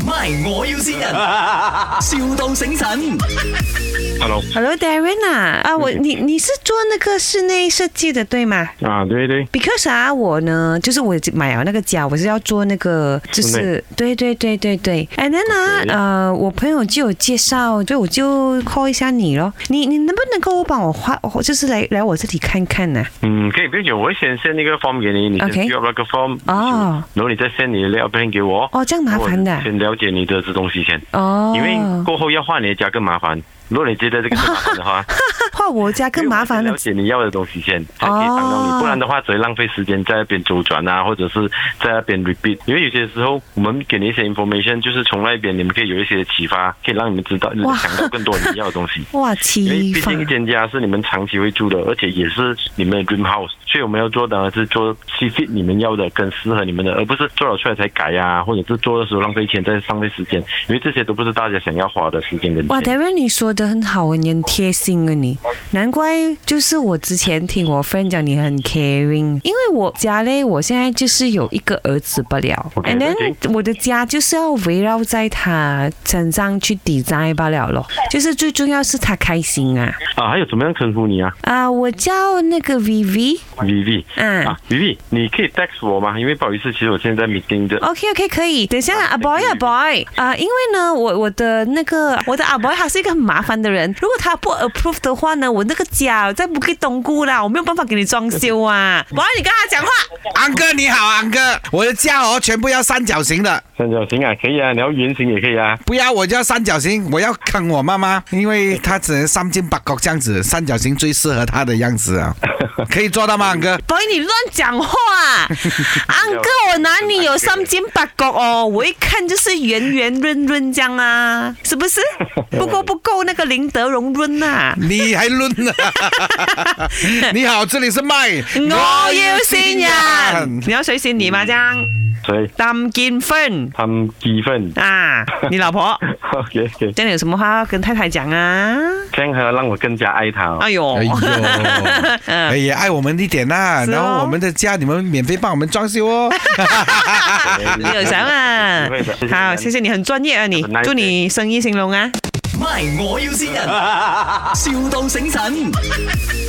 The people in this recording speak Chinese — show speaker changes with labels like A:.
A: My，我要先人，, 笑到醒神。
B: Hello，
C: Hello Darren 啊，
B: 嗯
C: 啊我你你是做那个室内设计的对吗
B: 啊，对对，
C: ？Because 啊，我呢，就是我买了那个家，我是要做那个，就
B: 室
C: 是对对对对对。And then 啊
B: OK
C: 呃，我朋友就有介绍，所以我就 call 一下你咯。你你能不能够帮我画，就是来来我这里看看啊呢、
B: 嗯，可以不用紧，我会先 send 那个 form 给你，你先
C: OK
B: fill up 那个 form，
C: 哦
B: 然后你再 send 你的 l a y o u p plan 给我，
C: 哦，这样麻烦的
B: 我先了解你的这东西先，
C: 哦，
B: 因为过后要换你的家更麻烦。如果你觉得这个麻烦的话，
C: 画我家 更麻烦
B: 因为
C: 了
B: 我先了解你要的东西先，才可以帮到你，
C: 哦
B: 不然的话只会浪费时间在那边周转啊，或者是在那边 repeat。因为有些时候我们给你一些 information，就是从那边你们可以有一些启发，可以让你们知道
C: 哇
B: 想到更多你要的东西。
C: 哇，
B: 因为
C: 启
B: 毕
C: 发
B: 竟一间家是你们长期会住的，而且也是你们的 dream house，所以我们要做的是做 fit 你们要的，跟适合你们的，而不是做了出来才改呀、或者是做的时候浪费钱，再浪费时间，因为这些都不是大家想要花的时间跟
C: 哇
B: 钱。
C: ，Darren，你说的很好，你很贴心啊你，难怪就是我之前听我 friend 讲你很 caring，因为我家嘞，我现在就是有一个儿子不了
B: OK，
C: ，and
B: 了
C: then 我的家就是要围绕在他身上去 design 罢了咯，就是最重要是他开心啊
B: 啊，还有怎么样称呼你啊
C: 啊、我叫那个 Vivi，
B: ，Vivi？
C: 嗯、
B: 啊，Vivi，你可以 text 我吗？因为不好意思，其实我现在 meeting 的。
C: OK OK 可以，等一下阿 boy
B: 啊可以
C: 阿 boy 啊，因为呢，我我的那个我的阿 boy 他是一个很麻烦的人，如果他不 approve 的话呢，我那个家在不给东姑啦，我没有办法给你装 修啊。boy 你跟他讲话，
D: 安哥你好，安哥，我的家哦全部要三角形的，
B: 三角形啊，可以啊，你要圆形也可以啊。
D: 不要我就要三角形，我要坑我妈妈，因为她只能三斤八角这样子，三角形最适合她的样子 啊，可以做到吗，安哥？
C: boy 你乱 讲话，安哥我哪里有三尖八角哦，我一看就是圆圆润润这样啊，是不 是？不过不够那个林德荣润啊。
D: 你 还抡呢、你好，这里是麦，
C: 我要先人，你要谁先你吗？张
B: 所以
C: 林建芬。
B: 他们积分
C: 啊，你老婆
B: ，OK OK，
C: 这样有什么话要跟太太讲啊？
B: 这样还要让我更加爱他 哦。
C: 哎呦
D: 哎，呦，哎呀，爱我们一点呐、
C: 是哦
D: 然后我们的家你们免费帮我们装修哦。
C: 你有 想啊
B: 不会的谢谢？你
C: 好，谢谢你很专业啊你
B: Have a nice，day
C: 祝你生意兴隆啊！
A: My，我要先人，,笑到醒神。